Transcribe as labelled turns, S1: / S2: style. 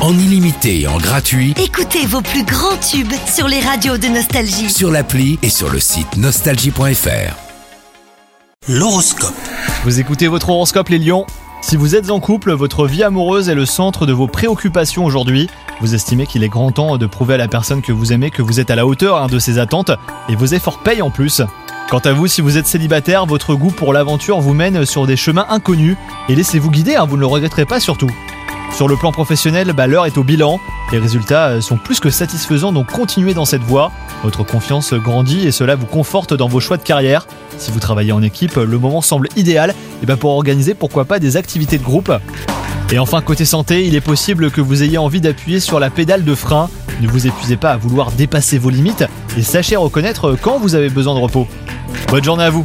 S1: en illimité et en gratuit
S2: Écoutez vos plus grands tubes sur les radios de Nostalgie.
S1: sur l'appli et sur le site nostalgie.fr.
S3: L'horoscope.
S4: Vous écoutez votre horoscope les lions Si vous êtes en couple, votre vie amoureuse est le centre de vos préoccupations aujourd'hui. Vous estimez qu'il est grand temps de prouver à la personne que vous aimez que vous êtes à la hauteur hein, de ses attentes et vos efforts payent en plus. Quant à vous, si vous êtes célibataire, votre goût pour l'aventure vous mène sur des chemins inconnus et laissez-vous guider, hein, vous ne le regretterez pas surtout. Sur le plan professionnel, bah, l'heure est au bilan. Les résultats euh, sont plus que satisfaisants, donc continuez dans cette voie. Votre confiance grandit et cela vous conforte dans vos choix de carrière. Si vous travaillez en équipe, le moment semble idéal et bah, pour organiser pourquoi pas des activités de groupe. Et enfin, côté santé, il est possible que vous ayez envie d'appuyer sur la pédale de frein. Ne vous épuisez pas à vouloir dépasser vos limites et sachez reconnaître quand vous avez besoin de repos. Bonne journée à vous